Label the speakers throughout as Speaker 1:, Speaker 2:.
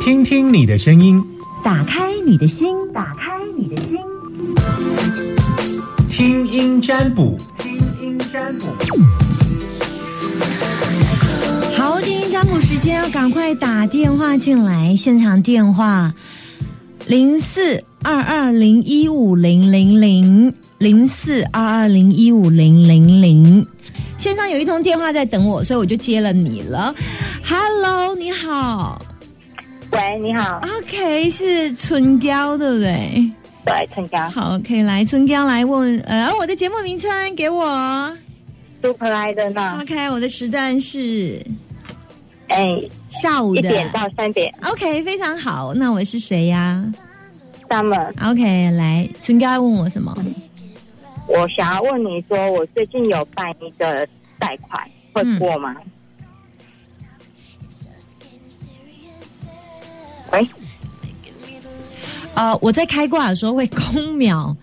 Speaker 1: 听听你的声音，
Speaker 2: 打开你的心，打开你的心，
Speaker 1: 听音占卜，
Speaker 2: 好，听音占卜时间，要赶快打电话进来，现场电话零四二二零一五零零零零四二二零一五零零零。线上有一通电话在等我，所以我就接了你了。Hello，你好
Speaker 3: 喂，你好，
Speaker 2: ，OK，是春娇对不对？
Speaker 3: 对，陈娇
Speaker 2: 好，OK，来春娇来问，呃，我的节目名称给我
Speaker 3: ，Super i d o 呢？
Speaker 2: ，OK，我的时段是
Speaker 3: 哎，
Speaker 2: 下午
Speaker 3: 一
Speaker 2: 的
Speaker 3: 点到三点
Speaker 2: OK，非常好。那我是谁呀、
Speaker 3: ，Summer，
Speaker 2: OK，来，春哥要问我什么？
Speaker 3: 嗯我想要问你说，我最近有办一个贷款，会
Speaker 2: 嗯
Speaker 3: 过吗？喂，
Speaker 2: 呃，我在开挂的时候会空秒，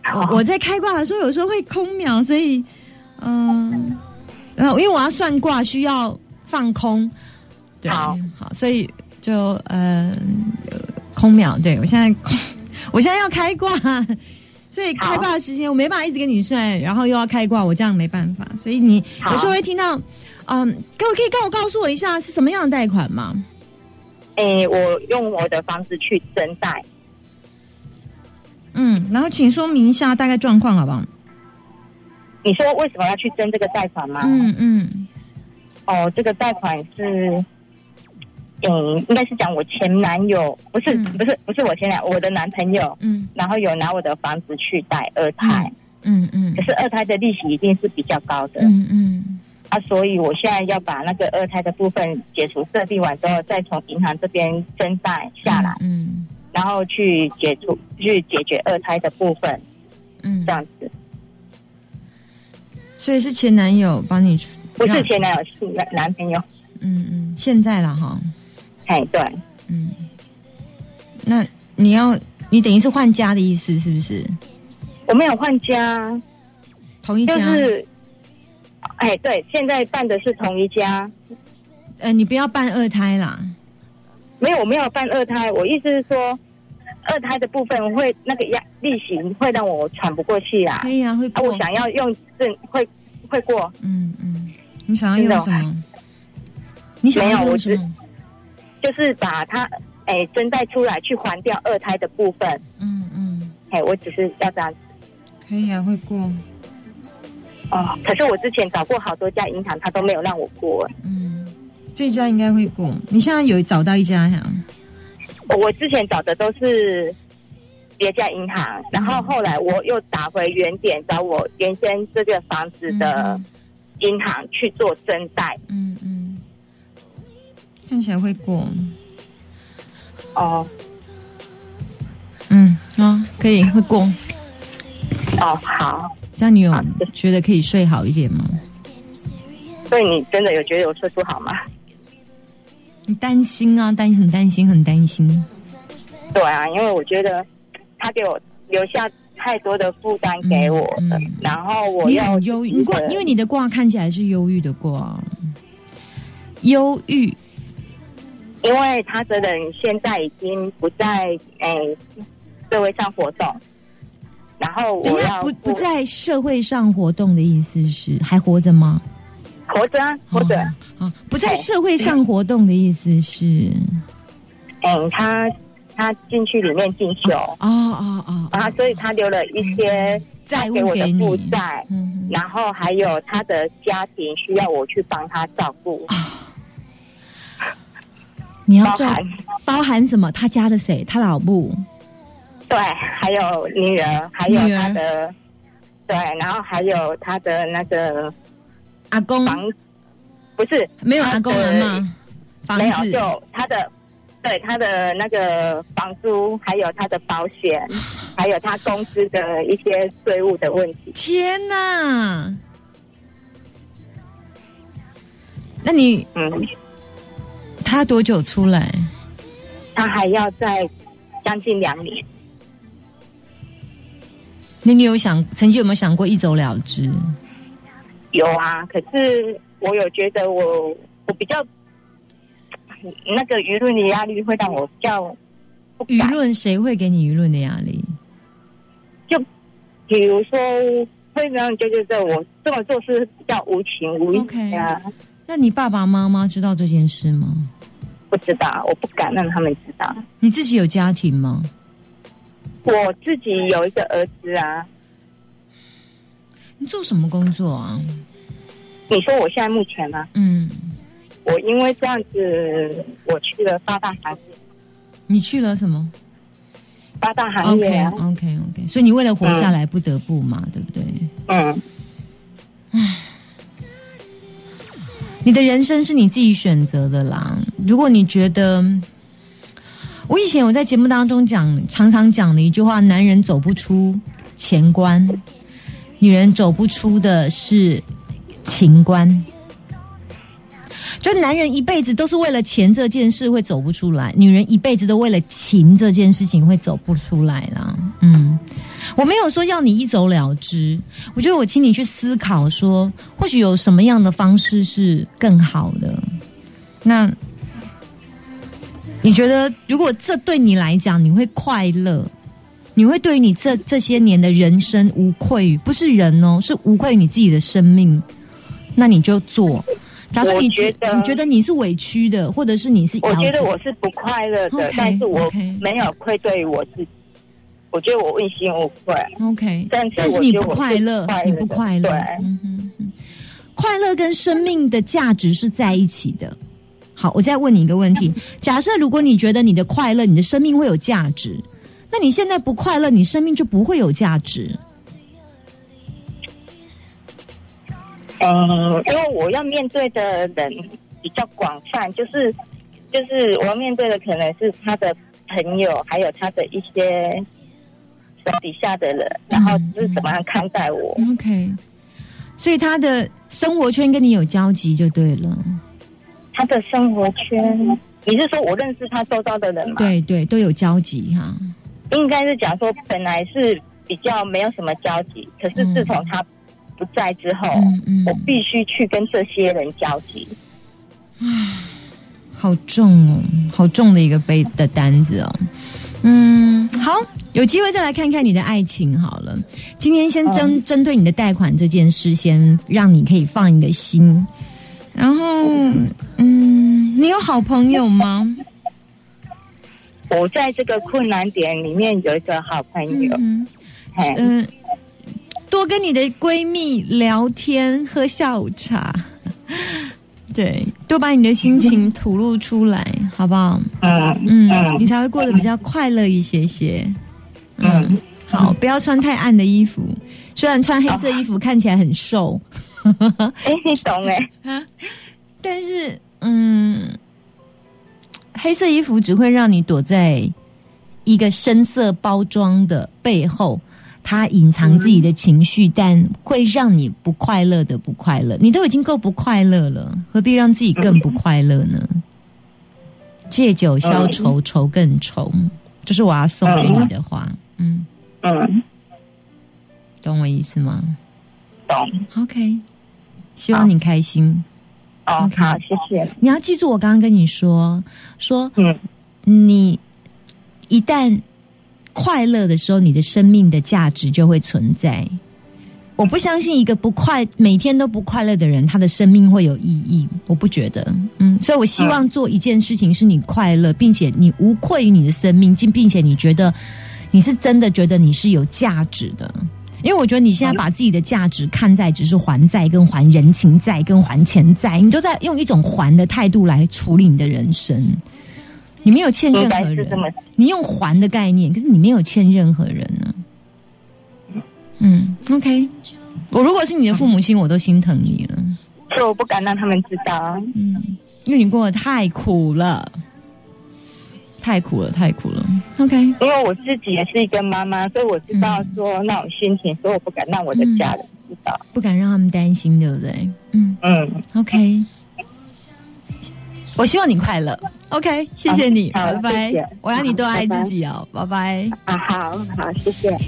Speaker 3: 好
Speaker 2: 我在开挂的时候有时候会空秒，所以，嗯、呃，因为我要算卦需要放空，对，
Speaker 3: 好
Speaker 2: 所以就呃空秒，对我现在空， 我现在要开挂，所以开挂的时间我没办法一直跟你算，然后又要开挂，我这样没办法，所以你
Speaker 3: 好
Speaker 2: 有时候会听到，嗯、可我可以跟我告诉我一下是什么样的贷款吗？
Speaker 3: 哎，我用我的房子去增贷，
Speaker 2: 嗯，然后请说明一下大概状况好不好？
Speaker 3: 你说为什么要去争这个贷款吗？
Speaker 2: 嗯嗯
Speaker 3: 哦，这个贷款是。嗯，应该是讲我前男友，不是、
Speaker 2: 嗯
Speaker 3: 不是不是我前男，我的男朋友，
Speaker 2: 嗯
Speaker 3: 然后有拿我的房子去贷二胎，
Speaker 2: 嗯嗯
Speaker 3: 可是二胎的利息一定是比较高的、
Speaker 2: 嗯嗯
Speaker 3: 啊，所以我现在要把那个二胎的部分解除设定完之后，再从银行这边征贷下来，
Speaker 2: 嗯
Speaker 3: 然后去解除去解决二胎的部分，
Speaker 2: 嗯
Speaker 3: 这，样子。
Speaker 2: 所以是前男友帮你出，
Speaker 3: 不
Speaker 2: 让
Speaker 3: 是前男友，是男男朋友。
Speaker 2: 嗯嗯，现在了哈，
Speaker 3: 哎，对，
Speaker 2: 嗯，那你要你等于是换家的意思是不是？
Speaker 3: 我没有换家，
Speaker 2: 同一
Speaker 3: 就
Speaker 2: 家，
Speaker 3: 是，哎，对，现在办的是同一家，
Speaker 2: 呃，你不要办二胎啦，
Speaker 3: 没有，我没有办二胎。我意思是说，二胎的部分会那个压利息会让我喘不过气来。
Speaker 2: 可以啊，会
Speaker 3: 啊，
Speaker 2: 过
Speaker 3: 我，想要用正会会过，
Speaker 2: 嗯嗯，你想要用什
Speaker 3: 真
Speaker 2: 么？你想要
Speaker 3: 啊没有我
Speaker 2: 用什
Speaker 3: 只
Speaker 2: 么？
Speaker 3: 就是把它哎增贷出来去还掉二胎的部分。
Speaker 2: 嗯嗯，
Speaker 3: 哎，我只是要这样子
Speaker 2: 可以啊，会过，
Speaker 3: 哦。可是我之前找过好多家银行，他都没有让我过。
Speaker 2: 嗯，这家应该会过。你现在有找到一家呀？
Speaker 3: 我我之前找的都是别家银行，然后后来我又打回原点，找我原先这个房子的银行去做增贷。
Speaker 2: 嗯嗯，看起来会过。
Speaker 3: 哦
Speaker 2: 嗯啊，可以会过。
Speaker 3: 哦，好。
Speaker 2: 这样你有
Speaker 3: 好的
Speaker 2: 觉得可以睡好一点吗？
Speaker 3: 所以你真的有觉得我说不好吗？
Speaker 2: 你担心啊，担很担心，很担心。
Speaker 3: 对啊，因为我觉得他给我留下太多的负担给我了，
Speaker 2: 嗯嗯
Speaker 3: 然后我
Speaker 2: 你
Speaker 3: 要
Speaker 2: 很忧郁，你挂，因为你的卦看起来是忧郁的卦，忧郁。
Speaker 3: 因为他的人现在已经不在诶社会上活动，然后
Speaker 2: 等
Speaker 3: 我
Speaker 2: 一下，
Speaker 3: 要
Speaker 2: 不不在社会上活动的意思是还活着吗？
Speaker 3: 活着啊活着，
Speaker 2: 哦啊，不在
Speaker 3: 对
Speaker 2: 社会上活动的意思是
Speaker 3: 诶、他他进去里面进修
Speaker 2: 哦哦哦，
Speaker 3: 啊，所以他留了一些
Speaker 2: 嗯债
Speaker 3: 他
Speaker 2: 务
Speaker 3: 给我的
Speaker 2: 给
Speaker 3: 负
Speaker 2: 你，
Speaker 3: 债，
Speaker 2: 嗯，
Speaker 3: 然后还有他的家庭需要我去帮他照顾，
Speaker 2: 你要
Speaker 3: 包
Speaker 2: 啊照
Speaker 3: 含
Speaker 2: 包含什么？他家的谁？他老母。
Speaker 3: 对，还有女儿，还有
Speaker 2: 女儿
Speaker 3: 他的，对，然后还有他的那个
Speaker 2: 阿公
Speaker 3: 房，不是
Speaker 2: 嗯没有阿公
Speaker 3: 他
Speaker 2: 阿
Speaker 3: 的
Speaker 2: 妈，房
Speaker 3: 没
Speaker 2: 子
Speaker 3: 有，就他的，对他的那个房租，还有他的保险， 还有他公司的一些税务的问题。
Speaker 2: 天哪！那你
Speaker 3: 嗯，
Speaker 2: 他多久出来？
Speaker 3: 他还要再将近两年。
Speaker 2: 那你有想曾经有没有想过一走了之？
Speaker 3: 有啊，可是我有觉得我我比较那个舆论的压力会让我比较不
Speaker 2: 舆
Speaker 3: 敢。
Speaker 2: 论谁会给你舆论的压力？
Speaker 3: 比如说，会让人觉得我这么做是比较无情无义
Speaker 2: OK
Speaker 3: 的啊
Speaker 2: 那你爸爸妈妈知道这件事吗？
Speaker 3: 不知道，我不敢让他们知道。
Speaker 2: 你自己有家庭吗？
Speaker 3: 我自己有一个儿子啊，
Speaker 2: 你做什么工作啊？
Speaker 3: 你说我现在目前呢、
Speaker 2: 嗯，
Speaker 3: 我因为这样子，我去了八大行业，
Speaker 2: 你去了什么
Speaker 3: 八大行业
Speaker 2: ？OK
Speaker 3: 啊，
Speaker 2: OK OK，所以你为了活下来不得不嘛，对不对？
Speaker 3: 嗯，
Speaker 2: 你的人生是你自己选择的啦。如果你觉得，我以前我在节目当中讲，常常讲的一句话：男人走不出钱关，女人走不出的是情关。就男人一辈子都是为了钱这件事会走不出来，女人一辈子都为了情这件事情会走不出来啦。嗯，我没有说要你一走了之，我觉得我请你去思考说，或许有什么样的方式是更好的。那你觉得，如果这对你来讲，你会快乐？你会对于你这这些年的人生无愧于，不是人哦，是无愧于你自己的生命，那你就做。假设你
Speaker 3: 我觉得
Speaker 2: 你觉得你是委屈的，或者是你是
Speaker 3: 我觉得
Speaker 2: 摇头
Speaker 3: 我是不快乐的
Speaker 2: OK，
Speaker 3: 但是我
Speaker 2: OK
Speaker 3: 没有愧对于我自己，我觉得我问心无愧。
Speaker 2: OK，
Speaker 3: 但是
Speaker 2: 但是
Speaker 3: 我
Speaker 2: 你
Speaker 3: 觉得
Speaker 2: 不
Speaker 3: 我是
Speaker 2: 快乐，
Speaker 3: 快
Speaker 2: 你
Speaker 3: 乐
Speaker 2: 不
Speaker 3: 的
Speaker 2: 快乐，
Speaker 3: 对
Speaker 2: 嗯哼嗯快乐跟生命的价值是在一起的。好，我再问你一个问
Speaker 3: 嗯
Speaker 2: 题：假设如果你觉得你的快乐，你的生命会有价值，那你现在不快乐，你生命就不会有价值。
Speaker 3: 嗯，因为我要面对的人比较广泛，就是就是我要面对的可能是他的朋友，还有他的一些手底下的人，然后
Speaker 2: 嗯
Speaker 3: 是怎么样看待我。
Speaker 2: OK，所以他的生活圈跟你有交集就对了，
Speaker 3: 嗯他的生活圈，你是说我认识他周遭的人吗？，
Speaker 2: 对对，都有交集哈。
Speaker 3: 应该是讲说本来是比较没有什么交集，可是自从他不在之后，
Speaker 2: 嗯嗯
Speaker 3: 我必须去跟这些人交集。
Speaker 2: 好重哦，好重的一个背的单子哦。嗯，好，有机会再来看看你的爱情好了。今天先针、针对你的贷款这件事，先让你可以放一个心。然后，嗯，你有好朋友吗？
Speaker 3: 我在这个困难点里面有一个好朋友，
Speaker 2: 嗯
Speaker 3: 嘿
Speaker 2: 嗯、多跟你的闺蜜聊天，喝下午茶，对，多把你的心情吐露出来，好不好？
Speaker 3: 嗯
Speaker 2: 嗯，
Speaker 3: 嗯
Speaker 2: 你才会过得比较快乐一些些。嗯
Speaker 3: 嗯，
Speaker 2: 好，不要穿太暗的衣服，虽然穿黑色衣服看起来很瘦，
Speaker 3: 哎、你懂哎、
Speaker 2: 但是嗯，黑色衣服只会让你躲在一个深色包装的背后。它隐藏自己的情绪，但会让你不快乐的不快乐。你都已经够不快乐了，何必让自己更不快乐呢？借酒消愁，愁更愁，这是我要送给你的话。嗯，
Speaker 3: 嗯，
Speaker 2: 懂我意思吗？
Speaker 3: 懂
Speaker 2: OK，希望你开心。
Speaker 3: 哦
Speaker 2: OK
Speaker 3: 好，谢谢，
Speaker 2: 你要记住我刚刚跟你说，说
Speaker 3: 嗯
Speaker 2: 你一旦快乐的时候，你的生命的价值就会存在。我不相信一个不快每天都不快乐的人，他的生命会有意义。我不觉得，嗯，所以我希望做一件事情是你快乐，并且你无愧于你的生命，并并且你觉得你是真的觉得你是有价值的。因为我觉得你现在把自己的价值看在只是还债、跟还人情债、跟还钱债，你都在用一种还的态度来处理你的人生。你没有欠任
Speaker 3: 应该
Speaker 2: 何
Speaker 3: 是
Speaker 2: 人
Speaker 3: 这，么，
Speaker 2: 你用还的概念，可是你没有欠任何人呢、嗯，OK，我如果是你的父母亲，我都心疼你了。
Speaker 3: 所以我不敢让他们知道啊。
Speaker 2: 嗯，因为你过得太苦了，太苦了，太苦了。OK，
Speaker 3: 因为我自己也是一个妈妈，所以我知道说那种心情，所以我不敢让我的
Speaker 2: 嗯
Speaker 3: 家人知道。
Speaker 2: 不敢让他们担心，对不对？嗯
Speaker 3: 嗯，
Speaker 2: ，OK。我希望你快乐，OK，谢谢你，
Speaker 3: 好
Speaker 2: 拜拜。
Speaker 3: 谢谢
Speaker 2: 我要你多爱
Speaker 3: 好拜
Speaker 2: 自
Speaker 3: 拜
Speaker 2: 己哦，拜拜
Speaker 3: 啊，好好，谢谢。